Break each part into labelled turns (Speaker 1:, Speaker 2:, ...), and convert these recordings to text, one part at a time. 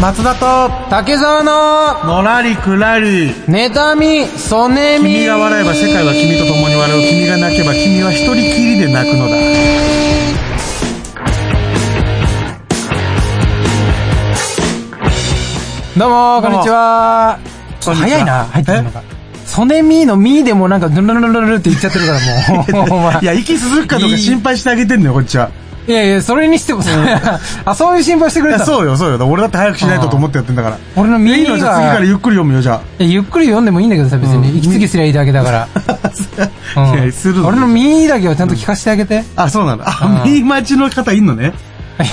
Speaker 1: 松田と
Speaker 2: 竹沢の
Speaker 1: のらりくらり
Speaker 2: 妬み、そねみ。
Speaker 1: 君が笑えば世界は君と共に笑う君が泣けば君は一人きりで泣くのだ
Speaker 2: どうも、こんにちは。
Speaker 1: どうも
Speaker 2: 早いな、
Speaker 1: こ
Speaker 2: 入
Speaker 1: ん
Speaker 2: っ
Speaker 1: にち
Speaker 2: て
Speaker 1: は
Speaker 2: るのが。そねみのみでもなんか、ルルルルルルって言っちゃってるからもうお前。
Speaker 1: いや息続くかどうか心配してあげてんのよこっちはい
Speaker 2: やいや、それにしてもさ、あ、そういう心配してく
Speaker 1: い
Speaker 2: れ
Speaker 1: や
Speaker 2: たの
Speaker 1: そうよそうよ俺だって早くしないとと思ってやってんだから
Speaker 2: 俺の
Speaker 1: い
Speaker 2: 耳
Speaker 1: いの
Speaker 2: が
Speaker 1: じゃあ次からゆっくり読むよじゃ
Speaker 2: いやゆっくり読んでもいいんだけどさ、別に。息継ぎすりゃいいだけだから。
Speaker 1: あ、
Speaker 2: う
Speaker 1: い
Speaker 2: ん
Speaker 1: やするぞ
Speaker 2: 俺の耳だけをちゃんと聞かせてあげて。い
Speaker 1: あそうなんだあ
Speaker 2: うん
Speaker 1: 右待ちの方いんのね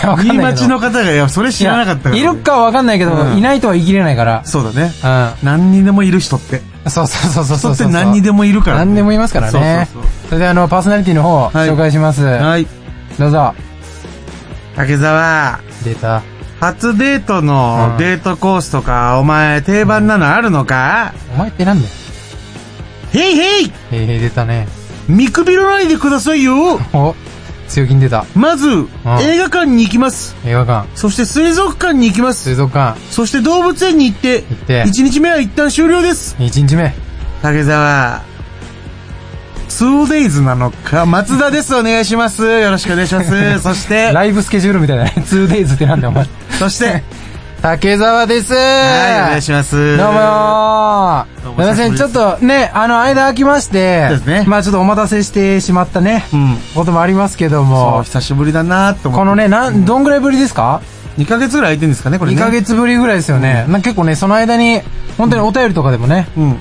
Speaker 2: や、わかんないけ
Speaker 1: 右
Speaker 2: ど。
Speaker 1: 待ちの方がいやそれ知らなかったから
Speaker 2: いやいるかはわかんないけど、
Speaker 1: うん
Speaker 2: いないとは言い切れないから。
Speaker 1: そうだね
Speaker 2: うん。
Speaker 1: 何にでもいる人って
Speaker 2: そうそうそうそう
Speaker 1: 人
Speaker 2: そう
Speaker 1: っ
Speaker 2: そ
Speaker 1: て
Speaker 2: う。
Speaker 1: 何にでもいるからね
Speaker 2: 何でもいますからね。
Speaker 1: そ
Speaker 2: そう
Speaker 1: そう
Speaker 2: れであの、パーソナリティの方、
Speaker 1: はい
Speaker 2: 紹介します。
Speaker 1: そうはい
Speaker 2: どうぞ。
Speaker 1: 竹沢
Speaker 2: 出た。
Speaker 1: 初デートの
Speaker 2: うん
Speaker 1: デートコースとか、お前定番なのあるのか、
Speaker 2: お前ってなんだよ。
Speaker 1: へいへい
Speaker 2: へいへい出たね。
Speaker 1: 見くびらないでくださいよ
Speaker 2: お、強気に出た。
Speaker 1: まず、映画館に行きます。
Speaker 2: 映画館、
Speaker 1: そして水族館に行きます。
Speaker 2: 水族館、
Speaker 1: そして動物園に行って、
Speaker 2: 行って
Speaker 1: 1日目は一旦終了です。
Speaker 2: 1日目。
Speaker 1: 竹沢、2days なのか、松田です。お願いします。よろしくお願いします。 そして、
Speaker 2: ライブスケジュールみたいなね。2days ってなんだよ、お 前。
Speaker 1: そして、
Speaker 2: 竹沢です
Speaker 1: はい、お願いします。
Speaker 2: どうもー
Speaker 1: どうも
Speaker 2: すいません、ちょっとね、あの、間空きまして、
Speaker 1: そうですね
Speaker 2: まあちょっとお待たせしてしまったね、
Speaker 1: うん。
Speaker 2: こともありますけど
Speaker 1: そう、
Speaker 2: も、
Speaker 1: 久しぶりだなと思って。
Speaker 2: このね、なん、どんぐらいぶりですか
Speaker 1: 2ヶ月ぐらい空いてんですかね、これね。
Speaker 2: 2ヶ。月ぶりぐらいですよね。なんか結構ね、その間に、本当にお便りとかでもね、
Speaker 1: うん。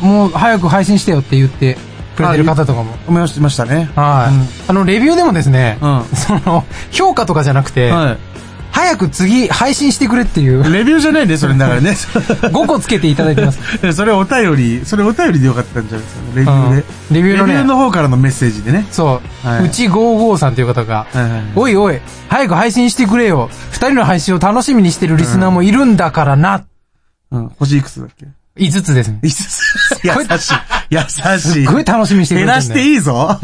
Speaker 2: もう早く配信してよって言ってくれてる方とかも。
Speaker 1: 思いましてましたね。
Speaker 2: はい、あの、レビューでもですね、
Speaker 1: うん
Speaker 2: その、評価とかじゃなくて、
Speaker 1: は
Speaker 2: 早く次配信してくれっていう
Speaker 1: い。、レビューじゃないね、それだ からね。
Speaker 2: 5個つけていただいてます。
Speaker 1: それお便り、それお便りでよかったんじゃないですかね、レビュー
Speaker 2: うん
Speaker 1: で。
Speaker 2: レビュ
Speaker 1: レ
Speaker 2: ー
Speaker 1: ビ
Speaker 2: のね、
Speaker 1: ューの方からのメッセージでね。
Speaker 2: そう、
Speaker 1: はいう
Speaker 2: ち55さんという方が、
Speaker 1: はいはいはい
Speaker 2: おいおい、早く配信してくれよ。二人の配信を楽しみにしてるリスナーもいるんだからな。
Speaker 1: うん、星いくつだっ け
Speaker 2: 5つですね。
Speaker 1: いくつ優
Speaker 2: ごい
Speaker 1: しい。優しい。
Speaker 2: すっごい楽しみにしてくれてるん
Speaker 1: 減
Speaker 2: だ
Speaker 1: ら
Speaker 2: よ
Speaker 1: してい いぞ。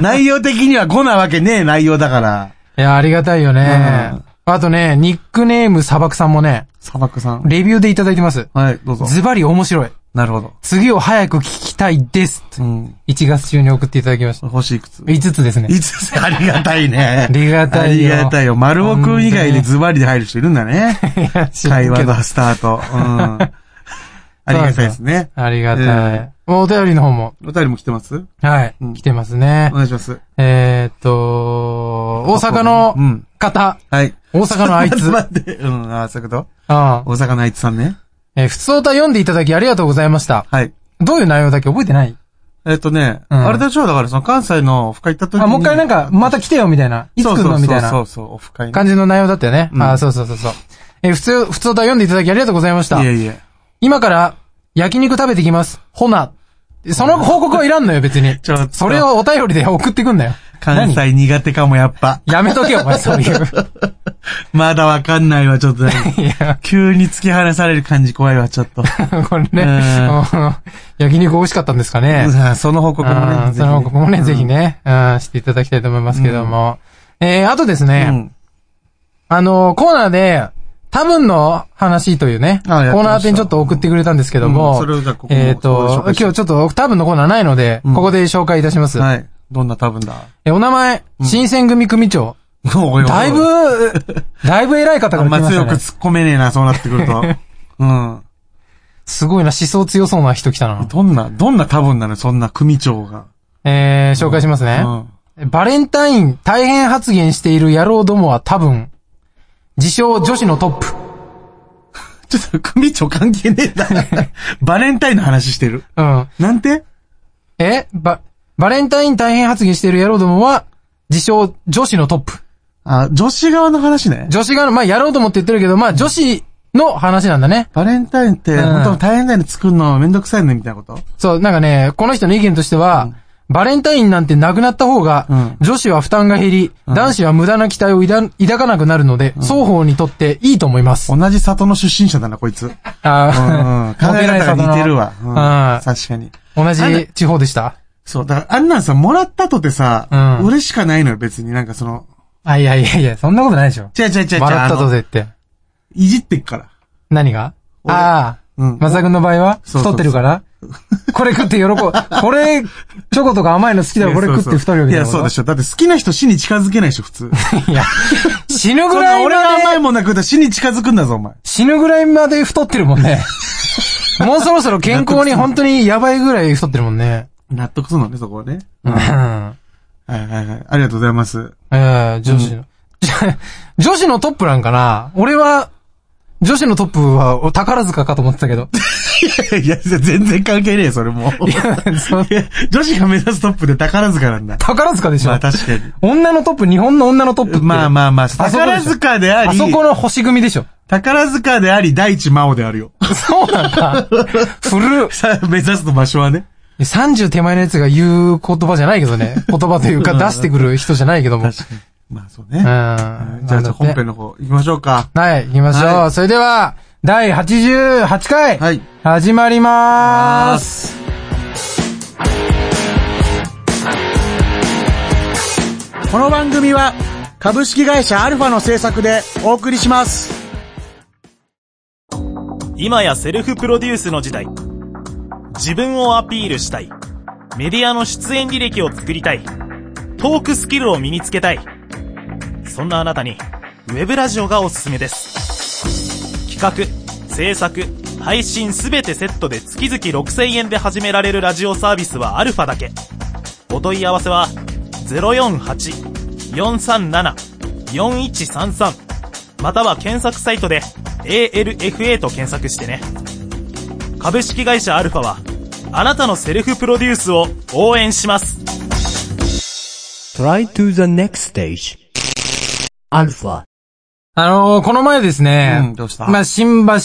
Speaker 1: 内容的には5なわけねえ内容だから。
Speaker 2: いや、ありがたいよね。
Speaker 1: うん
Speaker 2: あとね、ニックネーム砂漠さんもね、
Speaker 1: 砂漠さん。
Speaker 2: レビューでいただいてます。
Speaker 1: はい、どうぞ。
Speaker 2: ズバリ面白い。
Speaker 1: なるほど。
Speaker 2: 次を早く聞きたいです。
Speaker 1: うん。
Speaker 2: 1月中に送っていただきました。
Speaker 1: 星いくつ
Speaker 2: 5つですね。
Speaker 1: いつ、ありがたいね。
Speaker 2: ありがたいよ
Speaker 1: ありがたいよ。丸尾くん以外でズバリで入る人いるんだね。
Speaker 2: いや知らん
Speaker 1: 会
Speaker 2: けど
Speaker 1: 話のスタート。 うん。ありがたいですね。
Speaker 2: ありがたい。
Speaker 1: え
Speaker 2: お便りの方も。
Speaker 1: お便りも来てます
Speaker 2: はい。
Speaker 1: うん
Speaker 2: 来てますね
Speaker 1: お。願いします。
Speaker 2: えーっと、大阪の
Speaker 1: うん
Speaker 2: 方。
Speaker 1: はい。
Speaker 2: 大阪のあいつ。
Speaker 1: 待って。うん、あ、そういうこと
Speaker 2: ああ
Speaker 1: 大阪のあいつさんね。
Speaker 2: えー、普通歌読んでいただきありがとうございました。
Speaker 1: はい。
Speaker 2: どういう内容だっけ覚えてない
Speaker 1: えっとね、
Speaker 2: うん
Speaker 1: あれでしょだからその関西のオフ会行った時に。
Speaker 2: あ、もう一回なんか、また来てよみたいな。いつ
Speaker 1: そう
Speaker 2: 来る
Speaker 1: そうそう、
Speaker 2: のみたいな。
Speaker 1: そうそう、オフ会ね。
Speaker 2: 感じの内容だったよね。
Speaker 1: うん
Speaker 2: あーそうそうそうそう。えー普通、普通歌読んでいただきありがとうございました
Speaker 1: い。えいえ。
Speaker 2: 今から、焼肉食べてきます。ほな。その報告はいらんのよ、別に
Speaker 1: ちょっ。と
Speaker 2: それをお便りで送ってくんなよ。
Speaker 1: 関
Speaker 2: 何
Speaker 1: 西苦手かもやっぱ。
Speaker 2: やめとけよ、お 前、そういう。
Speaker 1: まだわかんないわ、ちょっと。
Speaker 2: いや、
Speaker 1: 急に突き放される感じ怖いわ、ちょっ と。
Speaker 2: これね
Speaker 1: う。ん
Speaker 2: 焼肉美味しかったんですかね。
Speaker 1: うんその報告
Speaker 2: う
Speaker 1: もね。
Speaker 2: んその報告もね、ぜひ
Speaker 1: ね。
Speaker 2: ね、うんしていただきたいと思いますけども。えー、あとです
Speaker 1: う
Speaker 2: ね、
Speaker 1: ん。
Speaker 2: あの、コーナーで、多分の話というね、コ
Speaker 1: あやってました
Speaker 2: ーナー宛てにちょっと送ってくれたんですけど
Speaker 1: うん
Speaker 2: も
Speaker 1: それをじゃあこ、こも
Speaker 2: えっ
Speaker 1: こ
Speaker 2: と
Speaker 1: こで紹介、し
Speaker 2: 今日ちょっと多分のコーナーないので、
Speaker 1: うん
Speaker 2: ここで紹介いたします。
Speaker 1: はい。どんな多分だ
Speaker 2: え、お名前、新選組組長。だいぶ、だいぶ偉い方
Speaker 1: あ
Speaker 2: から
Speaker 1: ん
Speaker 2: 来ま
Speaker 1: ま
Speaker 2: した
Speaker 1: 強く
Speaker 2: ね。
Speaker 1: 突っ込めねえな、そうなってく ると。うん。
Speaker 2: すごいな、思想強そうな人来たな。
Speaker 1: どんな、どんな多分なのそんな組長が。
Speaker 2: えー、紹介しますね。バレンタイン大変発言している野郎どもは多分、自称女子のトップ。
Speaker 1: ちょっと組長関係ねえだ バレンタインの話してる。
Speaker 2: うん。
Speaker 1: なんて
Speaker 2: えバ、バレンタイン大変発言している野郎どもは、自称女子のトップ。
Speaker 1: あ、女子側の話ね。
Speaker 2: 女子が、まあ、野郎どもって言ってるけど、まあ、女子の話なんだね。
Speaker 1: バレンタインって、
Speaker 2: うん
Speaker 1: 本当大変だよね、作るのめんどくさいね、みたいなこと
Speaker 2: そう、なんかね、この人の意見としては、バレンタインなんてなくなった方が、
Speaker 1: うん
Speaker 2: 女子は負担が減り、男子は無駄な期待を抱抱かなくなるので、双方にとっていいと思います。
Speaker 1: 同じ里の出身者だな、こいつ。 うん。考
Speaker 2: あー
Speaker 1: え方が似てるわ。
Speaker 2: モテない
Speaker 1: うん確かに。
Speaker 2: 里の 同じ地方でした。
Speaker 1: そう、だからあんなんさ、もらったとてさ、
Speaker 2: うん
Speaker 1: 嬉しかないのよ、別に。なんかその、
Speaker 2: あ、いやいやいや、そんなことないでしょ。
Speaker 1: 違う違う違う違う。
Speaker 2: 笑った
Speaker 1: あ
Speaker 2: と
Speaker 1: の
Speaker 2: ぜって。
Speaker 1: いじってっから。
Speaker 2: 何が
Speaker 1: 俺
Speaker 2: ああ、
Speaker 1: うん
Speaker 2: まさくんの場合は
Speaker 1: そうそうそう
Speaker 2: 太ってる からこれ食って喜ぶ。これ、チョコとか甘いの好きだからこれ食って太るよみ
Speaker 1: い
Speaker 2: たいな
Speaker 1: や、
Speaker 2: こと。
Speaker 1: そうでしょ。だって好きな人死に近づけないでしょ、普通。
Speaker 2: いや、死ぬぐ
Speaker 1: そん
Speaker 2: ら
Speaker 1: ない俺が
Speaker 2: ま
Speaker 1: 甘
Speaker 2: で、
Speaker 1: いもんなくったら死に近づくんだぞ、お前。
Speaker 2: 死ぬぐらいまで太ってるもん ね。もうそろそろ健康に本当にやばいぐらい太ってるもんね。
Speaker 1: 納得するのね、そこはね。
Speaker 2: うん。
Speaker 1: はいはいはい。ありがとうございます。
Speaker 2: えー女子の。女子のトップなんかな俺は、女子のトップは宝塚かと思ってたけど。
Speaker 1: いや、全然関係ねえよ、それもう。
Speaker 2: いやそう
Speaker 1: いや 女子が目指すトップで宝塚なんだ。
Speaker 2: 宝塚でしょ、
Speaker 1: まあ確かに。
Speaker 2: 女のトップ、日本の女のトップって。
Speaker 1: まあまあまあ、
Speaker 2: こでしょ
Speaker 1: 宝塚であ
Speaker 2: あ
Speaker 1: り、
Speaker 2: そこの星組で しょ。
Speaker 1: 宝塚であり、大地真央であるよ。
Speaker 2: そうなんだ。古っ。
Speaker 1: さあ、目指す場所はね。
Speaker 2: 30手前のやつが言う言葉じゃないけどね。言葉というか出してくる人じゃないけども。うん。
Speaker 1: 確かに。まあそう ね。はいじゃあ、じゃあ本編の方行きましょうか。
Speaker 2: はい、行きましょう。
Speaker 1: はい
Speaker 2: それでは、第88回、
Speaker 1: はい。
Speaker 2: 始まりまーす。
Speaker 1: この番組は、株式会社アルファの制作でお送りします。
Speaker 3: 今やセルフプロデュースの時代。自分をアピールしたい。メディアの出演履歴を作りたい。トークスキルを身につけたい。そんなあなたに、ウェブラジオがおすすめです。企画、制作、配信すべてセットで月々6000円で始められるラジオサービスはアルファだけ。お問い合わせは、048-437-4133または検索サイトで ALFA と検索してね。株式会社アルファは、あなたのセルフプロデュースを応援します。
Speaker 4: Try to the next stage. Alpha.
Speaker 2: あのーこの前ですね、
Speaker 1: うんどうした
Speaker 2: まあ、新橋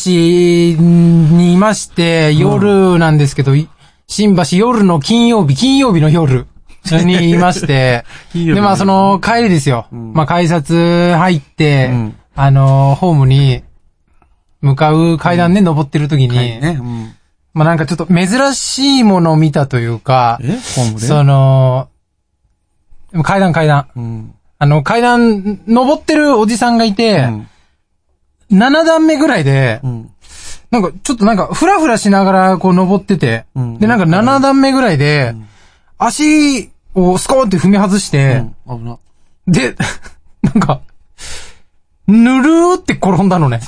Speaker 2: にいまして、夜なんですけど、い新橋夜の金曜日、金曜日の 夜にいまして、
Speaker 1: 金曜
Speaker 2: で、
Speaker 1: 日の夜
Speaker 2: まあ、その、帰りですよ。まあ、改札入って、
Speaker 1: うん
Speaker 2: あのーホームに向かう階段ね、登ってる時に、
Speaker 1: ね。うん。
Speaker 2: まあ、なんかちょっと珍しいものを見たというか、
Speaker 1: えホームで
Speaker 2: その、でも階段階段。
Speaker 1: うん。
Speaker 2: あの、階段、登ってるおじさんがいて、
Speaker 1: うん。
Speaker 2: 7段目ぐらいで、
Speaker 1: うん。
Speaker 2: なんか、ちょっとなんか、ふらふらしながら、こう、登ってて、
Speaker 1: うん
Speaker 2: で、なんか、7段目ぐらいで、足をスコーンって踏み外して、
Speaker 1: 危な。
Speaker 2: で、 なんか、ぬるーって転んだのね。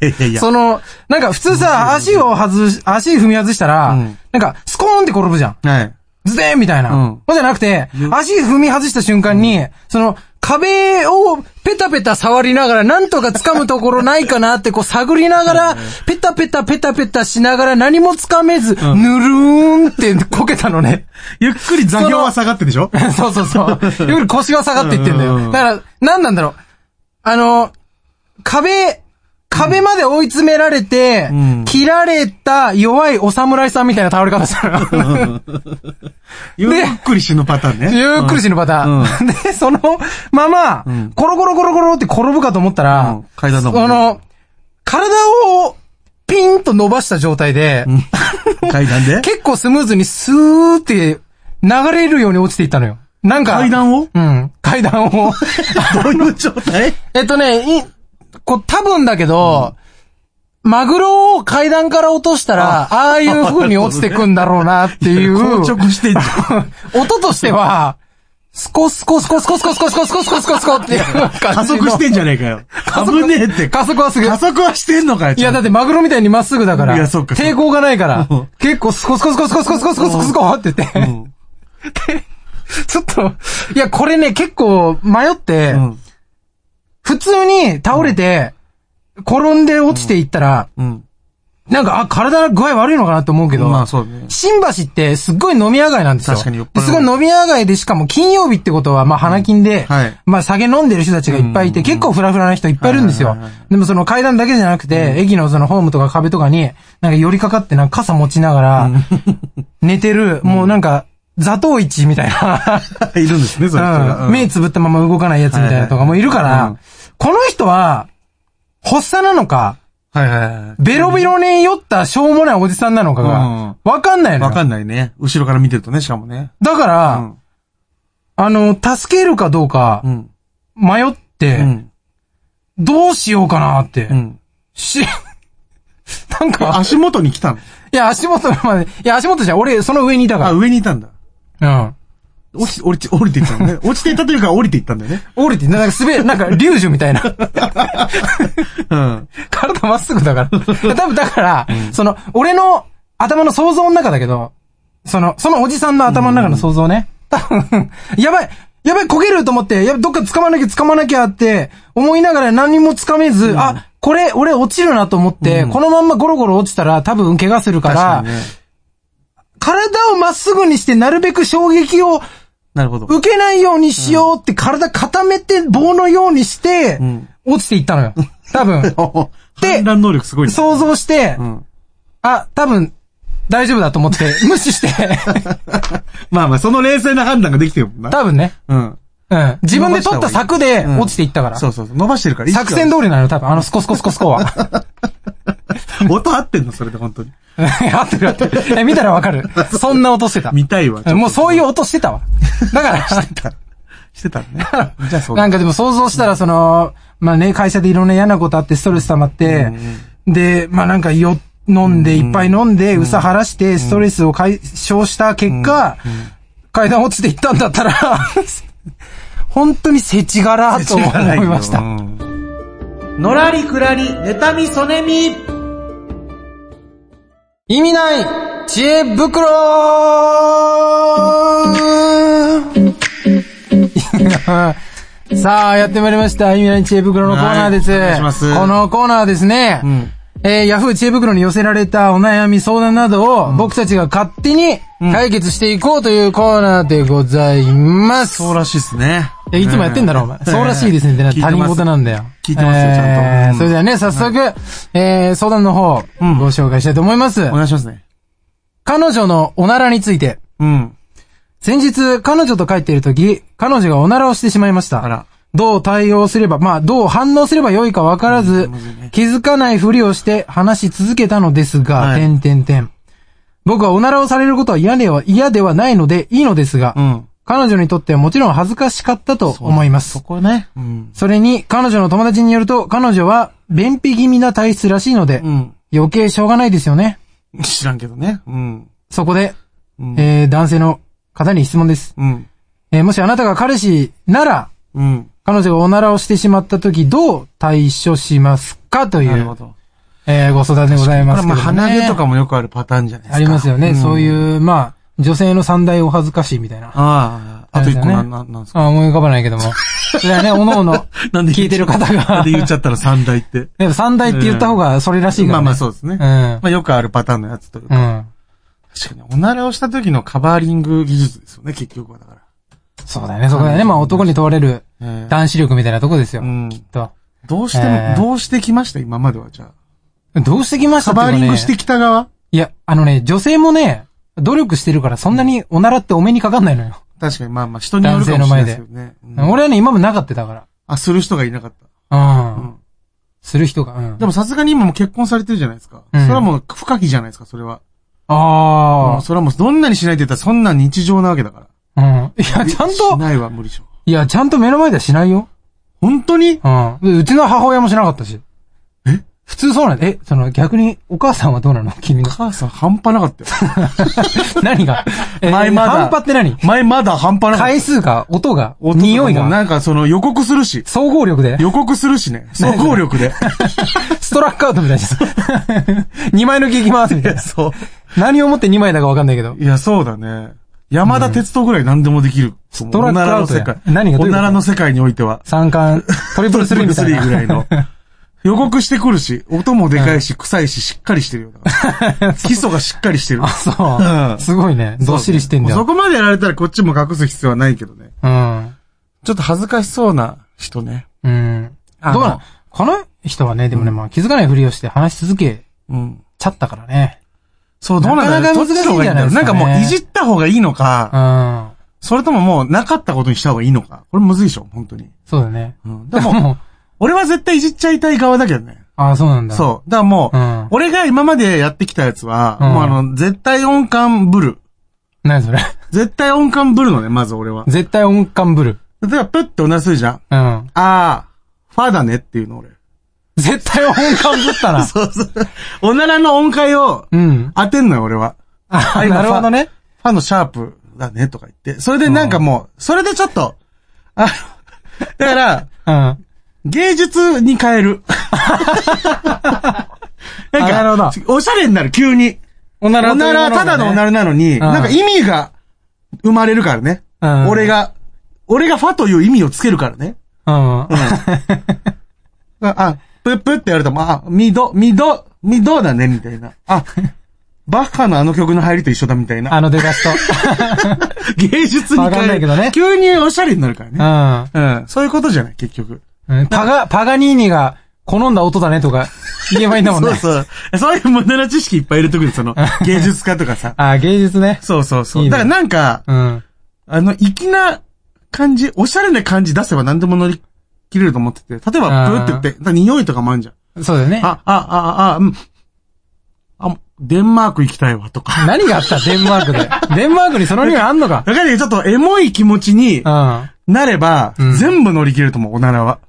Speaker 1: いやいやいや。
Speaker 2: その、なんか、普通さ、足を外し、足踏み外したら、
Speaker 1: うん
Speaker 2: なんか、スコーンって転ぶじゃん。
Speaker 1: はい。
Speaker 2: ズデーンみたいな。
Speaker 1: うん
Speaker 2: そうじゃなくて、足踏み外した瞬間に、その、壁をペタペタ触りながら、なんとか掴むところないかなってこう探りながら、ペタペタペタペタしながら何も掴めず、ぬるーんってこけたのね。
Speaker 1: ゆっくり座標は下がってでしょ
Speaker 2: そうそうそう。より腰が下がっていってんだ
Speaker 1: うんうんう
Speaker 2: よ。
Speaker 1: ん
Speaker 2: だから、なんなんだろう。あの、壁、壁まで追い詰められて、
Speaker 1: ん
Speaker 2: 切られた弱いお侍さんみたいな倒れ方したの。
Speaker 1: ゆっくり死ぬパターンね。
Speaker 2: ゆっくり死ぬパターン。 で、そのまま、
Speaker 1: ん
Speaker 2: コロコロコロコロって転ぶかと思ったら、
Speaker 1: うん階段だも
Speaker 2: そ
Speaker 1: んね
Speaker 2: の、体をピンと伸ばした状態で、
Speaker 1: うん階段で
Speaker 2: 結構スムーズにスーって流れるように落ちていったのよ。なんか、
Speaker 1: 階段を
Speaker 2: うん、階段 を。
Speaker 1: どういう状態
Speaker 2: えっとね、い、こう多分だけど、マグロを階段から落としたら、ああいう風に落ちてくんだろうなっていう。
Speaker 1: 硬直してんじゃん。
Speaker 2: 音としては、スコスコスコスコスコスコスコスコスコスコスコっていう感じの。
Speaker 1: 加速してんじゃねえか よ。危ねえって。
Speaker 2: 加速はすぐ。
Speaker 1: 加
Speaker 2: い
Speaker 1: 速はしてんのかよ。。
Speaker 2: や、だっててマグロみたいにまっすぐだから。
Speaker 1: いやそうか
Speaker 2: 抵抗がないから
Speaker 1: うん。
Speaker 2: 結構スコスコスコスコスコスコスコスコスコって言って。ちょっと、いや、これね、結構迷って、
Speaker 1: うん。
Speaker 2: 普通に倒れて、転んで落ちていったら、
Speaker 1: うん。
Speaker 2: なんか、あ、体の具合悪いのかなと思うけど、
Speaker 1: まあそうね。
Speaker 2: 新橋ってすっごい飲み屋街なんですよ。
Speaker 1: 確かに酔っ払う
Speaker 2: すごい飲み屋街でしかも金曜日ってことは、まあ花金で、
Speaker 1: はい
Speaker 2: まあ酒飲んでる人たちがいっぱいいて、結構フラフラな人いっぱいいるんです
Speaker 1: は
Speaker 2: よ
Speaker 1: いはいはいは。
Speaker 2: でもその階段だけじゃなくて、駅のそのホームとか壁とかに、なんか寄りかかってなんか傘持ちながら、寝てる、もうなんか、座頭市みたいな。
Speaker 1: いるんですね、それ。
Speaker 2: うん目つぶったまま動かないやつみたいなとかもいるか
Speaker 1: はいはいはいう
Speaker 2: ら
Speaker 1: ん、
Speaker 2: この人は、発作なのか、
Speaker 1: はいはいは
Speaker 2: ベロベロに酔ったしょうもないおじさんなのか
Speaker 1: うん
Speaker 2: が、わかんない
Speaker 1: い。
Speaker 2: のよ
Speaker 1: わかんないね。後ろから見てるとね、しかもね。
Speaker 2: だから、
Speaker 1: うん
Speaker 2: あの、助けるかどうか
Speaker 1: う、ん。
Speaker 2: 迷って、
Speaker 1: うん。
Speaker 2: どうしようかなって、
Speaker 1: うん。
Speaker 2: し、 なんか、
Speaker 1: 足元に来たの。
Speaker 2: いや、足元まで、いや、足元じゃん。俺、その上にいた
Speaker 1: あ、
Speaker 2: か
Speaker 1: 上にいたんだ。
Speaker 2: ら。うん。
Speaker 1: 落ち、降りて、降りていったのね。 落ちていったというか降りていったんだよね。
Speaker 2: 降りて、なんか滑る、なんか、竜樹みたいな。
Speaker 1: うん。
Speaker 2: 体まっすぐだ から。多分だから、その、俺の頭の想像の中だけど、その、そのおじさんの頭の中の想像ね。多分、やばい、やばい焦げると思って、やばいどっか掴まなきゃ掴まなきゃって思いながら何も掴めず、あ、これ俺落ちるなと思って、このまんまゴロゴロ落ちたら多分怪我するから、
Speaker 1: 確かにね。
Speaker 2: 体をまっすぐにしてなるべく衝撃を
Speaker 1: なるほど。
Speaker 2: 受けないようにしようって体固めて棒のようにして
Speaker 1: ん、
Speaker 2: 落ちていったのよ。多分。
Speaker 1: お
Speaker 2: で
Speaker 1: 判断能力すごいね。
Speaker 2: 想像して、
Speaker 1: ん
Speaker 2: あ、多分、大丈夫だと 思って、無視して、
Speaker 1: まあまあ、その冷静な判断ができてるもんな。
Speaker 2: 多分ね、
Speaker 1: うん。
Speaker 2: うん。自分で取った策で落ちていったから。
Speaker 1: そうそうそう。伸ばしてるから。
Speaker 2: 作戦通りなのよ、多分。あの、スコスコスコスコ は。
Speaker 1: 音合ってんのそれで本当に。
Speaker 2: 合ってる合ってる。え見たらわかる。そんな音してた。
Speaker 1: 見たいわ。
Speaker 2: もう そういう音してたわ。だ から、
Speaker 1: してたのね。じゃあそうだ
Speaker 2: なんかでも想像したら、その、まあね、会社でいろんな嫌なことあってストレス溜まって、で、まあなんかよ、飲んで、いっぱい飲んで、うさ晴らして、ストレスを解消した結果、階段落ちていったんだ ったら、本当に世知辛と思いまし
Speaker 1: う
Speaker 2: た。
Speaker 1: ん
Speaker 5: のらりくらり、妬みそねみ。
Speaker 2: 意味ない知恵袋さあ、やってまいりました。意味ない知恵袋のコーナーです。
Speaker 1: はいお願いします
Speaker 2: このコーナーはですね、えー、ヤフー知恵袋に寄せられたお悩み相談などを、僕たちが勝手に解決していこうというコーナーでございます。
Speaker 1: そうらしいっすね。
Speaker 2: え、いつもやってんだろ、お前。そうらしいですねってな、
Speaker 1: 聞いてま
Speaker 2: 他
Speaker 1: す
Speaker 2: 人事なんだよ。
Speaker 1: 聞いてますよちゃんと
Speaker 2: えー
Speaker 1: うん
Speaker 2: それではね、早速、えー、相談の方、ご紹介したいと思います。
Speaker 1: お願いしますね。
Speaker 2: 彼女のおならについて。
Speaker 1: うん。
Speaker 2: 先日、彼女と帰っている時、彼女がおならをしてしまいました。
Speaker 1: あら。
Speaker 2: どう対応すれば、まあ、どう反応すればよいかわからず、気づかないふりをして話し続けたのですが、
Speaker 1: はい
Speaker 2: 点点点。僕はおならをされることは嫌では、嫌ではないので、いいのですが、
Speaker 1: うん。
Speaker 2: 彼女にとってはもちろん恥ずかしかったと思います。
Speaker 1: こね。うん。
Speaker 2: それに、彼女の友達によると、彼女は、便秘気味な体質らしいので、
Speaker 1: うん。
Speaker 2: 余計しょうがないですよね。
Speaker 1: 知らんけどね。うん。
Speaker 2: そこで、
Speaker 1: うん
Speaker 2: えー、男性の方に質問です。
Speaker 1: うん。
Speaker 2: えー、もしあなたが彼氏なら、
Speaker 1: うん。
Speaker 2: 彼女がおならをしてしまった時、どう対処しますかとい
Speaker 1: なるほ
Speaker 2: う、
Speaker 1: ど。
Speaker 2: えー、ご相談でござい
Speaker 1: こ
Speaker 2: ま
Speaker 1: れ
Speaker 2: すけ
Speaker 1: ま
Speaker 2: ど、
Speaker 1: あ、
Speaker 2: ね。
Speaker 1: 鼻毛とかもよくあるパターンじゃないですか。
Speaker 2: ありますよね。そう
Speaker 1: う。
Speaker 2: いう、まあ、女性の三大お恥ずかしいみたいな。
Speaker 1: ああ、あと一個
Speaker 2: あれだ
Speaker 1: な、
Speaker 2: ね
Speaker 1: な、なんですか
Speaker 2: あ、思い浮かばないけども。それはね、おのおの、
Speaker 1: なんで
Speaker 2: 聞いてる方
Speaker 1: な
Speaker 2: が
Speaker 1: んで。言っちゃったら三大 って。
Speaker 2: でも三大って言った方がそれらしいから、
Speaker 1: まあ
Speaker 2: ね。
Speaker 1: まあそうですね。まあよくあるパターンのやつという
Speaker 2: う
Speaker 1: か。
Speaker 2: ん。うん。
Speaker 1: 確かに、おならをした時のカバーリング技術ですよね、結局はだから。
Speaker 2: そうだよね、そこだよね。まあ男に問われる
Speaker 1: ええ
Speaker 2: 男子力みたいなとこですよ。
Speaker 1: うん
Speaker 2: きっと。
Speaker 1: どうしても、
Speaker 2: えー
Speaker 1: どうしてきました今までは、じゃあ。
Speaker 2: どうしてきましたっ
Speaker 1: カ
Speaker 2: ていうか
Speaker 1: バー
Speaker 2: ね
Speaker 1: リングしてきた側
Speaker 2: いや、あのね、女性もね、努力してるからそんなにおならってお目にかかんないのよ。
Speaker 1: 確かに、まあまあ、人によるかもしれないですけどね。うん
Speaker 2: 俺はね、今もなかっただか
Speaker 1: あ、する人がいなかった。
Speaker 2: ら。うん。
Speaker 1: うん
Speaker 2: する人が。うん。
Speaker 1: でもさすがに今も結婚されてるじゃないですか。
Speaker 2: うん
Speaker 1: それはもう不可避じゃないですか、それは。も
Speaker 2: あ
Speaker 1: うそれはもうどんなにしないって言ったらそんな日常なわけだか
Speaker 2: あ。うん。い
Speaker 1: ら。
Speaker 2: や、ちゃん
Speaker 1: し
Speaker 2: と、
Speaker 1: ないは無理でしょ。
Speaker 2: いや、ちゃんと目の前ではしないよ。
Speaker 1: 本当に
Speaker 2: うん。でうちの母親もしなかったし。え普通そうなんだ。え、その逆に、お母さんはどうなの君の
Speaker 1: お。母さん半端なかったよ。
Speaker 2: 何 が
Speaker 1: マイマザー
Speaker 2: 半端って何
Speaker 1: 前まだ半端なかった。
Speaker 2: 回数か、音が、
Speaker 1: 音とかも
Speaker 2: 匂いが、
Speaker 1: なんかその予告するし。
Speaker 2: 総合力で、
Speaker 1: 予告するしね。総合力 で。
Speaker 2: ストラックアウトみたい な。2枚抜きいきますみたいな。
Speaker 1: そう。
Speaker 2: 何をもって2枚だかわかんないけど。
Speaker 1: いや、そうだね。山田哲人ぐらい何でもできる。ス
Speaker 2: トラックアウトや
Speaker 1: 世界。
Speaker 2: 何がどう
Speaker 1: お
Speaker 2: いうこと
Speaker 1: ならの世界においては。
Speaker 2: 三冠、トリプルスリーみたいな。
Speaker 1: トリプルスリーぐらいの。予告してくるし、音もでかいし、臭いし、しっかりしてるよ。だ から基礎がしっかりしてる。
Speaker 2: あ、
Speaker 1: う
Speaker 2: そう。
Speaker 1: ん
Speaker 2: すごいね。どっしりしてんだ
Speaker 1: そ
Speaker 2: よ。
Speaker 1: こまでやられたらこっちも隠す必要はないけどね。
Speaker 2: うん。
Speaker 1: ちょっと恥ずかしそうな人ね。
Speaker 2: うん。ど
Speaker 1: あ
Speaker 2: う
Speaker 1: の
Speaker 2: なのこの人はね、でもね、まあ気づかないふりをして話し続け
Speaker 1: うん。
Speaker 2: ちゃったからね。
Speaker 1: そう、どうなんだろう
Speaker 2: なかなか難しいんじゃないですかね
Speaker 1: どっちの方がんだろうなんかもういじった方がいいの
Speaker 2: う
Speaker 1: か、
Speaker 2: ん。
Speaker 1: それとももうなかったことにした方がいいのか。これむずいでしょ、本当に。
Speaker 2: そうだね。
Speaker 1: うん。で
Speaker 2: で
Speaker 1: も、
Speaker 2: も、
Speaker 1: 俺は絶対いじっちゃいたい側だけどね。
Speaker 2: ああ、そうなんだ。う。
Speaker 1: そう。だからもう、
Speaker 2: うん
Speaker 1: 俺が今までやってきたやつは、
Speaker 2: うん
Speaker 1: もうあの、絶対音感ブル。
Speaker 2: 何それ。
Speaker 1: 絶対音感ブルのね、まず俺は。
Speaker 2: 絶対音感ぶる。
Speaker 1: 例えば、プッておならするじゃん。
Speaker 2: うん。
Speaker 1: あー、ファだねっていうの俺。
Speaker 2: 絶対音感ぶったな。
Speaker 1: そうそう。おならの音階を
Speaker 2: うん。
Speaker 1: 当てんのよ、俺は。
Speaker 2: あ、
Speaker 1: 今
Speaker 2: なるほどね。
Speaker 1: ファンのシャープだね、とか言って。それでなんかもう、それでちょっと、あの、だから、
Speaker 2: うん。あ
Speaker 1: 芸術に変 える。な
Speaker 2: な
Speaker 1: んか、
Speaker 2: るほど。
Speaker 1: おしゃれになる、急に。
Speaker 2: おな
Speaker 1: お
Speaker 2: とい
Speaker 1: な
Speaker 2: うも
Speaker 1: ら、
Speaker 2: のが
Speaker 1: た
Speaker 2: ね
Speaker 1: だのおならなのに、
Speaker 2: ん
Speaker 1: なんか意味が生まれるからね。
Speaker 2: うん
Speaker 1: 俺が、俺がファという意味をつけるからね。
Speaker 2: うん。
Speaker 1: あ、あプップって言われても、あ、ミド、ミド、ミドだね、みたいな。あ、バッハのあの曲の入りと一緒だ、みたいな。
Speaker 2: あの出だしと。
Speaker 1: 芸術に
Speaker 2: わかん
Speaker 1: 変
Speaker 2: な
Speaker 1: え
Speaker 2: いけ
Speaker 1: る
Speaker 2: どね。
Speaker 1: 急におしゃれになるから
Speaker 2: う
Speaker 1: ね。
Speaker 2: ん。
Speaker 1: うん。そういうことじゃない、結局。
Speaker 2: うんパガ、パガニーニが好んだ音だねとか言えばいいんだもんね。
Speaker 1: そうそう。そういう無駄な知識いっぱい入れてくる、その、芸術家とかさ。
Speaker 2: あー芸術ね。
Speaker 1: そうそうそう。
Speaker 2: いいね
Speaker 1: だからなんか、
Speaker 2: うん。
Speaker 1: あの、粋な感じ、おしゃれな感じ出せば何でも乗り切れると思ってて。例えば、ブ
Speaker 2: あー
Speaker 1: ーって言って、だから匂いとかもあるじゃん。
Speaker 2: そうだよね。
Speaker 1: あ、あ、あ、あ、うん。あ、デンマーク行きたいわ、とか。
Speaker 2: 何があったデンマーク で。デンマークにその匂いあんのか。
Speaker 1: わかるよ、ちょっとエモい気持ちに
Speaker 2: う
Speaker 1: なれば、
Speaker 2: うん
Speaker 1: 全部乗り切れると思う、おならは。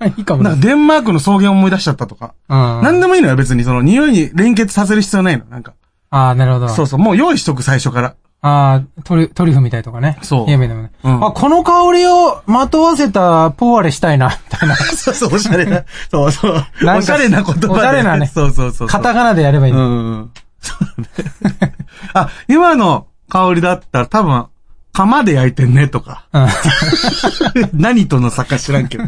Speaker 2: ん。 いいかも
Speaker 1: な
Speaker 2: ね。
Speaker 1: んかデンマークの草原思い出しちゃったとか。
Speaker 2: うん。
Speaker 1: な
Speaker 2: あ
Speaker 1: んでもいいのよ、別に。その匂いに連結させる必要ないの。なんか。
Speaker 2: あー、なるほど。
Speaker 1: そうそう、もう用意しとく、最初から。
Speaker 2: ああ、トリュ、トリュフみたいとかね。
Speaker 1: そう
Speaker 2: 言えばいいんだもんね。
Speaker 1: うん
Speaker 2: あ、この香りをまとわせたポワレしたいな、みたいな。
Speaker 1: そうそう、おしゃれな。そうそう。
Speaker 2: なんか
Speaker 1: おしゃれな言葉で。
Speaker 2: おしゃれなね
Speaker 1: そうそうそうそう。
Speaker 2: カタカナでやればいい。
Speaker 1: うんうんうん。そうだね。あ、今の香りだったら多分、釜で焼いてんねとか。
Speaker 2: うん。
Speaker 1: 何との差か知らん けど。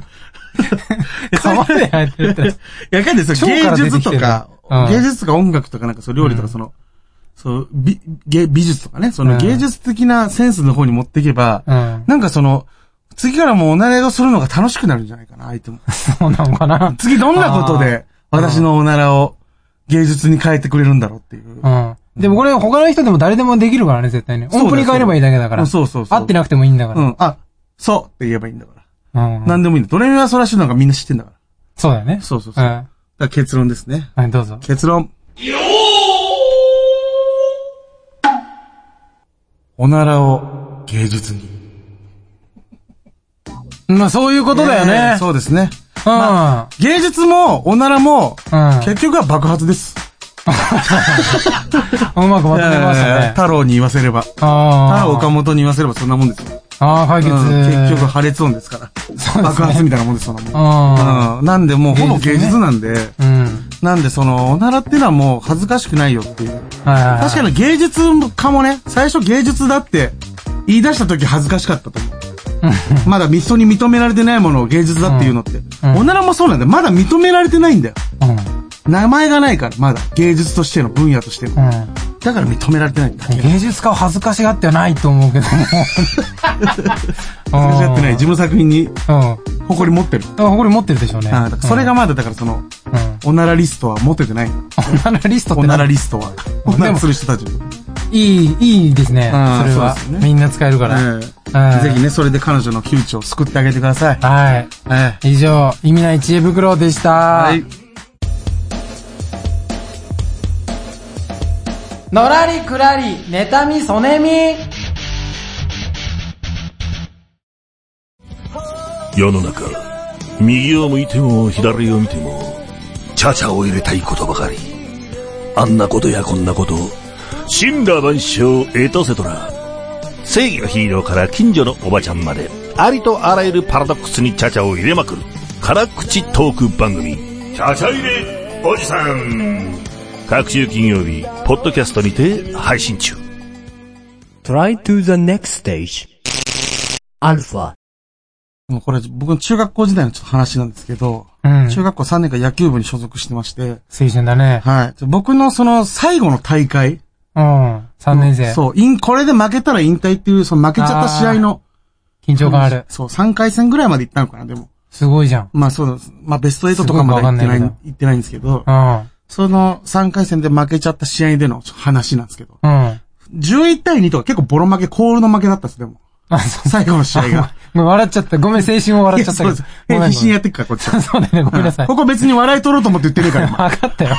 Speaker 2: 釜で焼いてるって
Speaker 1: いや、かんないですよ。
Speaker 2: 腸か
Speaker 1: 芸
Speaker 2: ら出て
Speaker 1: 術
Speaker 2: きて
Speaker 1: と
Speaker 2: る
Speaker 1: か、
Speaker 2: うん
Speaker 1: 芸術とか音楽とかなんかそう料理とかその、そう美芸美術とかね、そうの
Speaker 2: ん
Speaker 1: 芸術的なセンスの方に持っていけば、
Speaker 2: うん。
Speaker 1: なんかその、次からもうおならをするのが楽しくなるんじゃないかな、相手も。
Speaker 2: そうなのかな。
Speaker 1: 次どんなことで私のおならを芸術に変えてくれるんだろうっていう。
Speaker 2: うん。でもこれ他の人でも誰でもできるからね、絶対ね。
Speaker 1: そうだよ
Speaker 2: 音符に変えればいいだけだから。
Speaker 1: そうそうそう
Speaker 2: 合ってなくてもいいんだか
Speaker 1: う
Speaker 2: ら。
Speaker 1: ん、あ、そうって言えばいいんだから。
Speaker 2: うん。
Speaker 1: 何でもいいんだ。ドレミファソラシドなんかみんな知ってんだから。だか
Speaker 2: そうだよね。
Speaker 1: そうそうそう
Speaker 2: うん。
Speaker 1: ら結論ですね。
Speaker 2: はい、どうぞ。
Speaker 1: 結論。おならを芸術に。
Speaker 2: まあそういうことだよ
Speaker 1: えー
Speaker 2: ね。
Speaker 1: そうですね。
Speaker 2: うん。
Speaker 1: 芸術もおならも、
Speaker 2: うん
Speaker 1: 結局は爆発です。
Speaker 2: うまくまとめまし
Speaker 1: え
Speaker 2: た
Speaker 1: ー
Speaker 2: ね。
Speaker 1: 太郎に言わせれば。太
Speaker 2: ああ。
Speaker 1: 郎岡本に言わせればそんなもんですよ。
Speaker 2: ああ、解決。
Speaker 1: うん結局破裂音ですから。
Speaker 2: そうです
Speaker 1: 爆
Speaker 2: ね。
Speaker 1: 発みたいなもんです、そんなもん。
Speaker 2: あ
Speaker 1: うんなんでもうほぼ芸術なんで、
Speaker 2: あ。うん。
Speaker 1: なんでその、おならってのはもう恥ずかしくないよっていう。
Speaker 2: はいはいはい。
Speaker 1: 確かに芸術家もね、最初芸術だって言い出した時恥ずかしかったと思う。まだ人に認められてないものを芸術だっていうのって。
Speaker 2: ん
Speaker 1: おならもそうなんだよ。まだ認められてないんだよ。
Speaker 2: うん。
Speaker 1: 名前がないから、まだ。芸術としての、分野としての。
Speaker 2: うん。
Speaker 1: だから認められてないんだ。
Speaker 2: 芸術家を恥ずかしがってはないと思うけども。
Speaker 1: 恥ずかしがってない。自分の作品に
Speaker 2: うん。
Speaker 1: 誇り持ってる。
Speaker 2: あ、これ持ってるでしょうね。
Speaker 1: ああだからそれがまだ、だからその、
Speaker 2: うん。うん。
Speaker 1: おならリストは持ててない。
Speaker 2: オナラリストって
Speaker 1: お
Speaker 2: な
Speaker 1: ならリスト
Speaker 2: う
Speaker 1: は。
Speaker 2: ん
Speaker 1: おな
Speaker 2: で
Speaker 1: ら
Speaker 2: も
Speaker 1: する人たちに。
Speaker 2: いい、いいですね。それ
Speaker 1: うん
Speaker 2: は
Speaker 1: そうですよ。ね
Speaker 2: みんな使えるから。
Speaker 1: え
Speaker 2: はい
Speaker 1: えぜひね、それで彼女の窮地を救ってあげてください。
Speaker 2: はい。
Speaker 1: え
Speaker 2: 以上、意味ない知恵袋でした。
Speaker 1: え。
Speaker 2: のらりくらり、妬み、そねみ。
Speaker 6: 世の中、右を向いても左を見ても、チャチャを入れたいことばかり。あんなことやこんなこと、死んだ万象、エトセトラ。正義のヒーローから近所のおばちゃんまで、ありとあらゆるパラドックスにチャチャを入れまくる。辛口トーク番組、チャチャ入れおじさん。各週金曜日、ポッドキャストにて配信中。
Speaker 7: Try to the next stage. Alpha.
Speaker 1: もうこれ、僕の中学校時代のちょっと話なんですけど、
Speaker 2: うん。
Speaker 1: 中学校3年間野球部に所属してまして、
Speaker 2: 青春だね。
Speaker 1: はい。僕のその最後の大会、
Speaker 2: うん。3年生。
Speaker 1: そう、イン、これで負けたら引退っていう、その負けちゃった試合の、
Speaker 2: 緊張感ある。
Speaker 1: そう、3回戦ぐらいまで行ったのかな、でも。
Speaker 2: すごいじゃん。
Speaker 1: まあそうです。まあベスト8とかまで行ってな
Speaker 2: すごいわか
Speaker 1: い、
Speaker 2: んないけ
Speaker 1: 行
Speaker 2: ど
Speaker 1: ってないんですけど
Speaker 2: う、ん。
Speaker 1: その3回戦で負けちゃった試合でのちょっと話なんですけど、
Speaker 2: うん。
Speaker 1: 11対2とか結構ボロ負け、コールの負けだったんです、でも。
Speaker 2: あ、そ
Speaker 1: 最後の試合
Speaker 2: う
Speaker 1: が。。
Speaker 2: もう笑っちゃった。ごめん、青春を
Speaker 1: い
Speaker 2: 笑っ
Speaker 1: や
Speaker 2: ちゃった
Speaker 1: そ
Speaker 2: け
Speaker 1: う
Speaker 2: ど
Speaker 1: です。
Speaker 2: ごめん
Speaker 1: 必死にやっ
Speaker 2: ご
Speaker 1: てくから、こっち
Speaker 2: めん
Speaker 1: は。
Speaker 2: そうだ よね。ごめんなさい。
Speaker 1: ここ別に笑い取ろうと思って言ってるから、今
Speaker 2: 分か ったよ。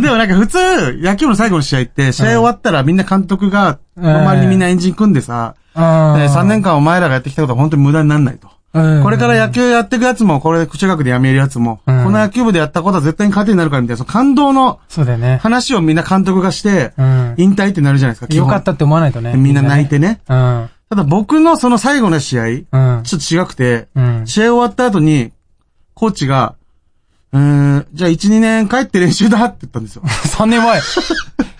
Speaker 1: でもなんか普通、野球部の最後の試合って、試合終わったらみんな監督が、
Speaker 2: ん
Speaker 1: 周りにみんなエンジン組んでさ、
Speaker 2: うん。
Speaker 1: 3年間お前らがやってきたことは本当に無駄になんないと。
Speaker 2: ううん
Speaker 1: これから野球やっていくやつも、これ中学でやめるやつも、
Speaker 2: うん
Speaker 1: この野球部でやったことは絶対に糧になるからみたいな、その感動の
Speaker 2: そうだよね。
Speaker 1: 話をみんな監督がして、
Speaker 2: うん
Speaker 1: 引退ってなるじゃないですか。基
Speaker 2: よ
Speaker 1: 本
Speaker 2: かったって思わないとね。
Speaker 1: みんな泣いてね。
Speaker 2: うん。
Speaker 1: ただ僕のその最後の試合、
Speaker 2: うん。
Speaker 1: ちょっと違くて、
Speaker 2: うん。
Speaker 1: 試合終わった後に、コーチが、うーん、じゃあ1、2年帰って練習だって言った んですよ。
Speaker 2: 3年前。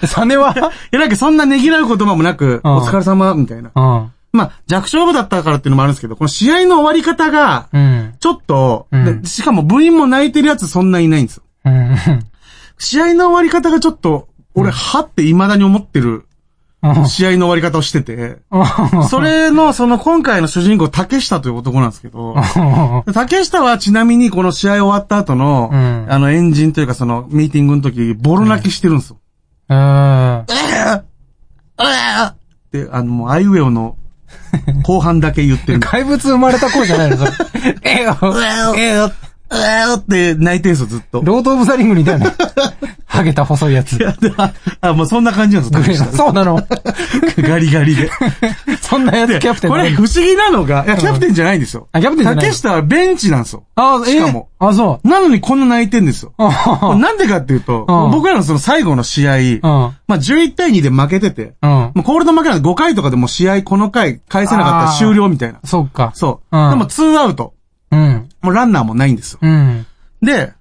Speaker 2: 3年はい
Speaker 1: や、なんかそんなねぎらう言葉もなく、
Speaker 2: うん
Speaker 1: お疲れ様、みたいな。
Speaker 2: うん。
Speaker 1: まあ、弱勝負だったからっていうのもあるんですけど、この試合の終わり方が、
Speaker 2: うん。
Speaker 1: ちょっと、
Speaker 2: うん
Speaker 1: でしかも部員も泣いてるやつそんないないんですよ。
Speaker 2: うん。
Speaker 1: 試合の終わり方がちょっと、俺、はって未だに思ってる
Speaker 2: うん
Speaker 1: 試合の終わり方をしてて、それの、その今回の主人公、竹下という男なんですけど、竹下はちなみにこの試合終わった後の、
Speaker 2: うん
Speaker 1: あの、エンジンというかその、ミーティングの時、ボロ泣きしてるんですよ。
Speaker 2: うん。
Speaker 1: で、あの、もう、アイウェオの、後半だけ言ってる。
Speaker 2: 怪物生まれた声じゃないのそれ。 ええよ。ええよ。
Speaker 1: うわーって泣いてるんですよ、ずっと。
Speaker 2: ロード・オブ・ザ・リングにいたよね。ハゲた細いやつ。
Speaker 1: あ、もうそんな感じなんですよ、竹下
Speaker 2: そうなの。
Speaker 1: ガリガリで。
Speaker 2: そんなやつ
Speaker 1: で
Speaker 2: キャプテン
Speaker 1: こ
Speaker 2: だ
Speaker 1: れ
Speaker 2: ね
Speaker 1: 不思議なのが、いや、キャプテンじゃないんですよ。
Speaker 2: あキャプテンじゃない
Speaker 1: 竹下はベンチなんですよ。
Speaker 2: あ、ええ
Speaker 1: しかも
Speaker 2: あ、そ
Speaker 1: なのにこんな泣いてんですよ。
Speaker 2: う。うん。
Speaker 1: なんでかっていうと、
Speaker 2: うん
Speaker 1: 僕らのその最後の試合、
Speaker 2: うん。
Speaker 1: まあ11対2で負けてて、
Speaker 2: うん。
Speaker 1: もうコールド負けなんで5回とかでもう試合この回返せなかったら終了みたいな。
Speaker 2: そっか。
Speaker 1: そう。
Speaker 2: うん
Speaker 1: でも2アウト。
Speaker 2: うん。
Speaker 1: もうランナーもないんですよ。
Speaker 2: うん。
Speaker 1: で、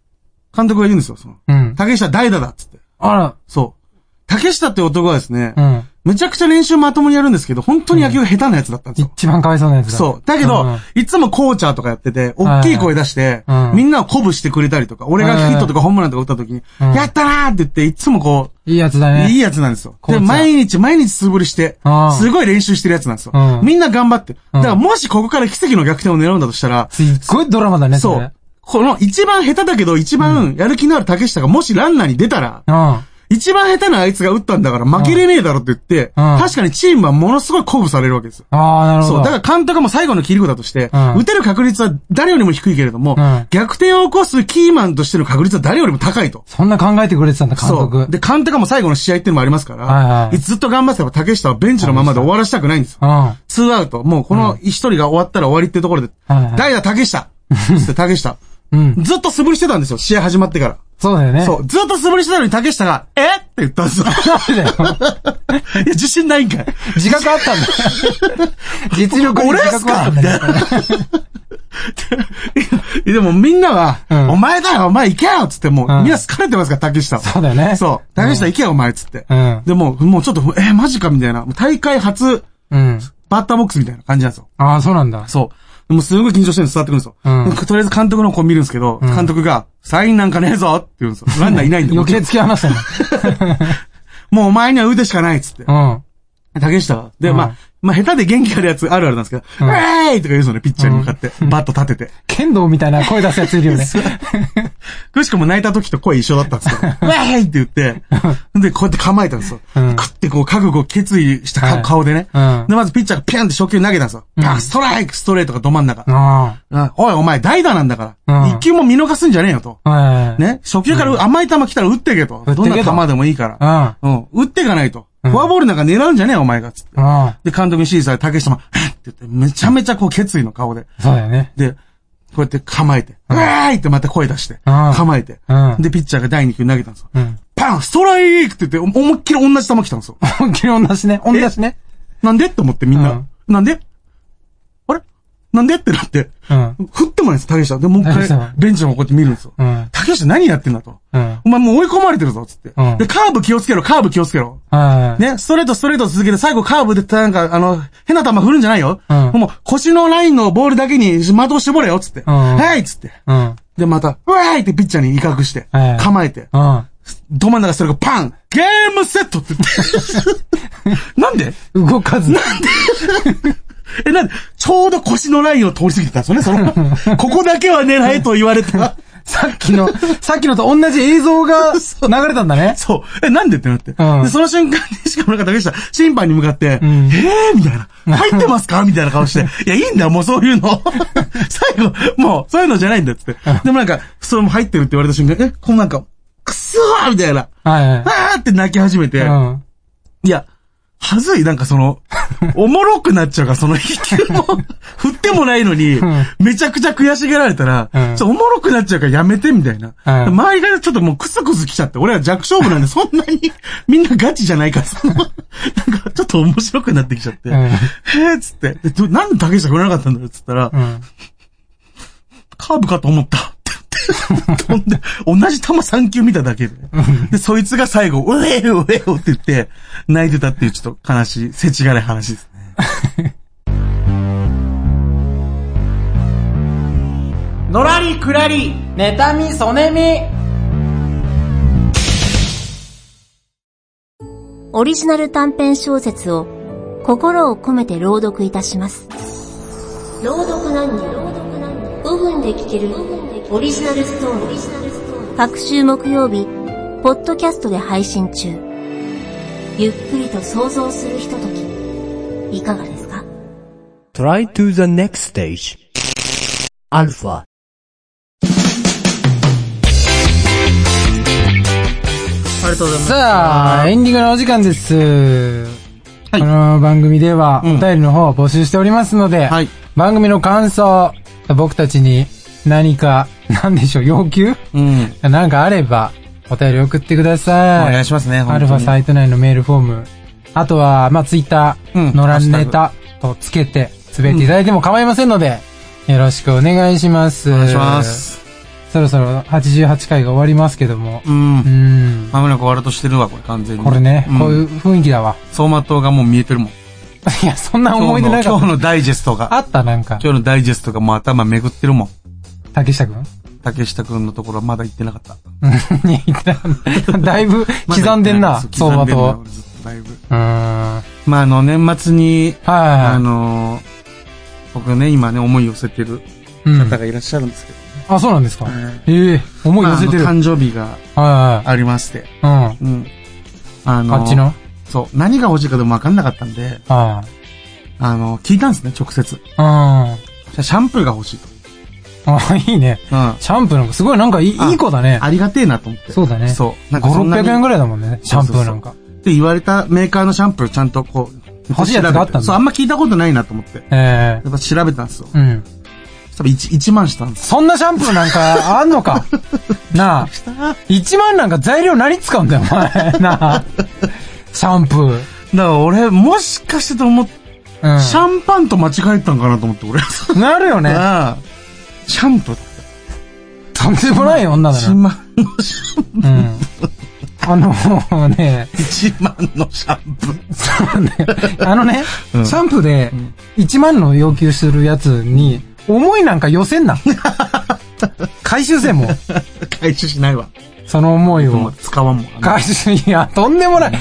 Speaker 1: 監督が言うんですよ、その。
Speaker 2: うん。
Speaker 1: 竹下代打だっつって。
Speaker 2: あら。
Speaker 1: そう。竹下って男はですね、
Speaker 2: うん。
Speaker 1: めちゃくちゃ練習まともにやるんですけど、本当に野球が下手なやつだったんですよ。
Speaker 2: 一番かわいそうなやつだ。
Speaker 1: そう。だけど、
Speaker 2: うん
Speaker 1: いつもコーチャーとかやってて、大きい声出して、
Speaker 2: うん
Speaker 1: みんなを鼓舞してくれたりとか、俺がヒットとかホームランとか打った時に、
Speaker 2: うん
Speaker 1: やったーって言って、いつもこう、
Speaker 2: いいやつだね。
Speaker 1: いいやつなんですよ。
Speaker 2: コー
Speaker 1: で、
Speaker 2: チャー
Speaker 1: 毎日毎日素振りして
Speaker 2: うん、
Speaker 1: すごい練習してるやつなんですよ
Speaker 2: う。ん
Speaker 1: みんな頑張ってる。
Speaker 2: うん
Speaker 1: だからもしここから奇跡の逆転を狙うんだとしたら、
Speaker 2: すっごいドラマだね、
Speaker 1: そ
Speaker 2: れ
Speaker 1: う。この一番下手だけど一番やる気のある竹下がもしランナーに出たら、
Speaker 2: うん。
Speaker 1: 一番下手なあいつが打ったんだから負けれねえだろって言って、
Speaker 2: うん
Speaker 1: 確かにチームはものすごい鼓舞されるわけですよ。
Speaker 2: ああ、なるほ
Speaker 1: そう。
Speaker 2: ど。
Speaker 1: だから監督も最後の切り札として、
Speaker 2: うん
Speaker 1: 打てる確率は誰よりも低いけれども、
Speaker 2: うん
Speaker 1: 逆転を起こすキーマンとしての確率は誰よりも高いと。
Speaker 2: そんな考えてくれてたんだ、監
Speaker 1: そう。
Speaker 2: 督。
Speaker 1: で、監督も最後の試合っていうのもありますから、
Speaker 2: はいはい
Speaker 1: ずっと頑張ってれば竹下はベンチのままで終わらせたくないんですよ。
Speaker 2: うん。あ
Speaker 1: ツーアウト、もうこの一人が終わったら終わりってところで、
Speaker 2: はいはい
Speaker 1: 代打竹 下つって竹下。
Speaker 2: うん
Speaker 1: ずっと素振りしてたんですよ、試合始まってから。
Speaker 2: そうだよね。
Speaker 1: そう、ずっと素振りしてたのに竹下が、えって言ったんで すよ。
Speaker 2: そうだよ。
Speaker 1: いや、自信ない んかい。
Speaker 2: 自覚あったんだ。 実力に
Speaker 1: 俺っ
Speaker 2: 自
Speaker 1: す
Speaker 2: 覚あ
Speaker 1: か
Speaker 2: ったんだよ。
Speaker 1: いやでもみんなは、
Speaker 2: うん
Speaker 1: お前だよ、お前行けよっつってもう、
Speaker 2: うん
Speaker 1: みんな好かれてますから、竹下は。
Speaker 2: そうだよね。
Speaker 1: そう。竹下行けよ、お前っつって。
Speaker 2: うん
Speaker 1: でもう、もうちょっと、え、マジかみたいな。もう大会初、
Speaker 2: う。うん。
Speaker 1: バッターボックスみたいな感じなんですよ。
Speaker 2: ああ、そうなんだ。
Speaker 1: そう。でもうすごい緊張してるの伝わってくるんですよ。
Speaker 2: うん
Speaker 1: でとりあえず監督の子見るんですけど、監督が、サインなんかねえぞって言うんですよ。ランナーいないんで。
Speaker 2: 余計
Speaker 1: も
Speaker 2: 突き放したね。
Speaker 1: うもうお前には腕しかないっつって
Speaker 2: う。ん。
Speaker 1: 竹下は。で、
Speaker 2: うん
Speaker 1: まあ、まあ、下手で元気あるやつあるあるなんですけど、うえーいとか言うんですよね、ピッチャーに向かって。バット 立てて。
Speaker 2: 剣道みたいな声出すやついるよね。
Speaker 1: くしくも泣いた時と声一緒だったんですよ。わーいって言って、で、こうやって構えたんですよ。
Speaker 2: うん
Speaker 1: くってこう、覚悟を決意した
Speaker 2: は
Speaker 1: か
Speaker 2: い
Speaker 1: 顔でね。
Speaker 2: うん
Speaker 1: で、まずピッチャーがピャンって初球投げたんですよ。パンストライクストレートがど真ん中。
Speaker 2: あ
Speaker 1: うんおい、お前、代打なんだか
Speaker 2: う
Speaker 1: ら。
Speaker 2: ん
Speaker 1: 一球も見逃すんじゃねえよと。
Speaker 2: あ。はい。。
Speaker 1: ね初球から甘い球来たら打ってけと。
Speaker 2: 打ってけと
Speaker 1: どんな球でもいいから。うん。打ってかないと。フ
Speaker 2: うん
Speaker 1: ォアボールなんか狙うんじゃねえよ、お前が。つって
Speaker 2: うん。あ
Speaker 1: で、監督に指示され、竹下も、うんって言って、めちゃめちゃこう決意の顔で。
Speaker 2: あ。そうだよね。
Speaker 1: で、こうやって構えて、うわーいってまた声出して、
Speaker 2: うん
Speaker 1: 構えて
Speaker 2: う、ん
Speaker 1: で、ピッチャーが第2球投げたんですよ。
Speaker 2: うん。
Speaker 1: パンストライクって言って、思いっきり同じ球来たんですよ。
Speaker 2: 本気に同じね。同じね。
Speaker 1: なんでって思ってみん
Speaker 2: う、
Speaker 1: なんなんであれなんでってなって、
Speaker 2: うん。
Speaker 1: 振ってもないんです、竹下。で、もう一
Speaker 2: 竹下
Speaker 1: 回、ベンチの方こうやって見るんですよ
Speaker 2: うん。
Speaker 1: 竹下何やってんだと。
Speaker 2: うん。
Speaker 1: お前もう追い込まれてるぞ、つって
Speaker 2: うん。
Speaker 1: で、カーブ気をつけろ、カーブ気をつけろ。
Speaker 2: はい。
Speaker 1: ね、ストレート、ストレート続けて、最後カーブで、なんか、あの、変な球振るんじゃないよ。
Speaker 2: うん
Speaker 1: もう、腰のラインのボールだけに的を絞れよ、つって。
Speaker 2: ん
Speaker 1: はい、つって。
Speaker 2: うん。
Speaker 1: で、また、うわーいってピッチャーに威嚇して
Speaker 2: はい、
Speaker 1: 構えて、
Speaker 2: うん。
Speaker 1: ど真ん中それがパンゲームセットって 言って。なんで
Speaker 2: 動かず。
Speaker 1: え、なんでちょうど腰のラインを通り過ぎてたんですよね、そ の、ここだけは狙えと言われた。
Speaker 2: さっきの、さっきのと同じ映像が 流れたんだね。
Speaker 1: そう。え、なんでってなって。
Speaker 2: うん
Speaker 1: で、その瞬間にしかもなんか竹下、審判に向かって、
Speaker 2: ん
Speaker 1: えーみたいな。入ってますかみたいな 顔して。いや、いいんだよ、もうそういうの。最後、もう、そういうのじゃないんだよ、つって。でもなんか、それも入ってるって言われた瞬間、え、このなんか、くそーみたいな。
Speaker 2: はいはい。
Speaker 1: あーって泣き始めて、
Speaker 2: うん。
Speaker 1: いや、はずい、なんか その、おもろくなっちゃうから、その一球も、振ってもないのに、めちゃくちゃ悔しげられたら、
Speaker 2: うん
Speaker 1: ちょっとおもろくなっちゃうからやめて、みたいな。
Speaker 2: うん
Speaker 1: 周りがちょっともうクスクス来ちゃって、俺は弱勝負なんで、そんなに、みんなガチじゃないから、 その、なんかちょっと面白くなってきちゃって、
Speaker 2: うん
Speaker 1: へえっつって、えどなんで竹下振らなかったんだろうっつったら、
Speaker 2: うん。
Speaker 1: カーブかと思った。って飛んで、同じ球3球見ただけで。で、そいつが最後、うえうえうって言って、泣いてたっていうちょっと悲しい、せちがらい話ですね。
Speaker 5: のらりくらり。
Speaker 2: 妬み、そね
Speaker 8: オリジナル短編小説を心を込めて朗読いたします。朗読何人 ?5 分で聞けるオリジナルストーリー。各週木曜日、ポッドキャストで配信中。ゆっくりと想像するひととき、いかがですか
Speaker 7: Try to the next stage. Alpha.
Speaker 1: ありがとうござい
Speaker 2: み
Speaker 1: ます。
Speaker 2: さあ、エンディングのお時間です。この番組では、お
Speaker 1: うん
Speaker 2: 便りの方を募集しておりますので、
Speaker 1: はい。
Speaker 2: 番組の感想、僕たちに何か、何でしょう、要求
Speaker 1: うん。
Speaker 2: なんかあれば、お便り送ってくだ
Speaker 1: お
Speaker 2: さい。
Speaker 1: 願いしますね、
Speaker 2: アルファサ
Speaker 1: イ
Speaker 2: イト内のメールフォーム。あとは、まあ、ツイッタ
Speaker 1: うん
Speaker 2: ー、のらんネタとつけて、つぶやいていただいても構いませんので、よろしくお願いします。お
Speaker 1: お願いしま。す。
Speaker 2: そろそろ88回が終わりますけども。
Speaker 1: う。
Speaker 2: うんん。
Speaker 1: まもなく終わろうとしてるわ、これ完全に。
Speaker 2: これね、
Speaker 1: ん
Speaker 2: こういう。雰囲気だわ。
Speaker 1: 走馬灯がもう見えてるもん。
Speaker 2: いや、そんな思い出なか
Speaker 1: 今
Speaker 2: っ
Speaker 1: 日
Speaker 2: た。
Speaker 1: の今日のダイジェストが。
Speaker 2: あったなんか、
Speaker 1: 今日のダイジェストがもう頭めぐってるもん。
Speaker 2: 竹下く ん
Speaker 1: 竹下くんのところまだ行ってなかった。
Speaker 2: いや言ってないだいぶ
Speaker 1: ま
Speaker 2: 刻
Speaker 1: だ行って
Speaker 2: んでんな、
Speaker 1: そう
Speaker 2: 相馬と。
Speaker 1: 刻んでんなずっとだいぶ。
Speaker 2: うーん。は
Speaker 1: まあ、あの、年末に、
Speaker 2: いは
Speaker 1: あ
Speaker 2: いは
Speaker 1: のー僕ね、今ね、思い寄せてる
Speaker 2: い。うん。
Speaker 1: 方がいらっしゃるんですけど、
Speaker 2: あ、そうなんですか。
Speaker 1: はい
Speaker 2: ええ、思い
Speaker 1: まあ
Speaker 2: 寄せてる。
Speaker 1: あ
Speaker 2: はい
Speaker 1: の誕生日が
Speaker 2: は
Speaker 1: ありまして、
Speaker 2: い。うん。
Speaker 1: うん。あのー
Speaker 2: あっちの
Speaker 1: そう、何が欲しいかでも分かんなかったんで、
Speaker 2: あ
Speaker 1: あのー聞いたんですね、直接。
Speaker 2: あ。うん。
Speaker 1: シャンプーが欲しいと。
Speaker 2: あ、いいね。
Speaker 1: うん。
Speaker 2: シャンプーなんかすごいなんかいい
Speaker 1: あ
Speaker 2: いい子だね。
Speaker 1: ありがてえなと思って。
Speaker 2: そうだね。
Speaker 1: そう。
Speaker 2: 5、600円
Speaker 1: ぐ
Speaker 2: ぐらいだもんね、シャンプーなんか。
Speaker 1: って言われたメーカーのシャンプーちゃんとこう、
Speaker 2: 欲しいやつがあったんだ
Speaker 1: そう、あんま聞いたことないなと思って。
Speaker 2: え
Speaker 1: やっぱ調べたんですよ。
Speaker 2: えうん。
Speaker 1: 多分 1, 1万したんです
Speaker 2: そんなシャンプーなんかあんの か。なあ。1万なんか材料何使うんだよ、お 前。なあ。シャンプー。
Speaker 1: だから俺、もしかしてと思って、
Speaker 2: うん。
Speaker 1: シャンパンと間違えたんかなと思って、俺。
Speaker 2: なるよね。
Speaker 1: ああシャンプー
Speaker 2: とんでもない女だ
Speaker 1: 1
Speaker 2: な。
Speaker 1: 万のシャン
Speaker 2: う
Speaker 1: プ
Speaker 2: ん。あのね、
Speaker 1: ー。1万のシャンプー。
Speaker 2: そうね。あのね、
Speaker 1: ん
Speaker 2: シャンプーで1万の要求するやつに、思いなんか寄せ んな。回収せんもん。
Speaker 1: 回収しないわ。
Speaker 2: その思い
Speaker 1: も
Speaker 2: を
Speaker 1: う。使わんもん。だか
Speaker 2: 回収、いや、とんでもない。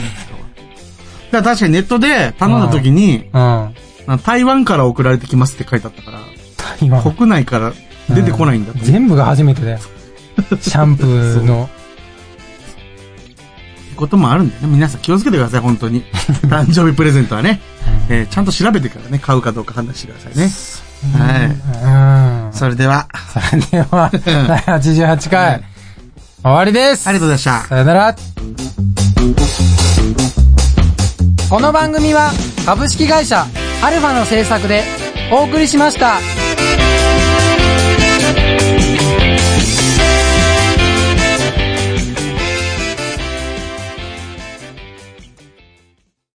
Speaker 1: ら確かにネットで頼んだ時に、
Speaker 2: うん。
Speaker 1: なんか台湾から送られてきますって書いてあったから、
Speaker 2: 今の
Speaker 1: 国内から出てこないんだ
Speaker 2: う
Speaker 1: と思う。
Speaker 2: 全部が初めて だよ。シャンプーの。
Speaker 1: こともあるんだよね。皆さん気をつけてください、本 当に。誕生日プレゼントはね。えーちゃんと調べてからね、買うかどうか判断してくださいね。はい。
Speaker 2: うん。 そ
Speaker 1: それでは、
Speaker 2: れでは、第88回、終わりです
Speaker 1: ありがとうございました。
Speaker 2: さよなら。この番組は、株式会社、アルファの制作で、お送りしました。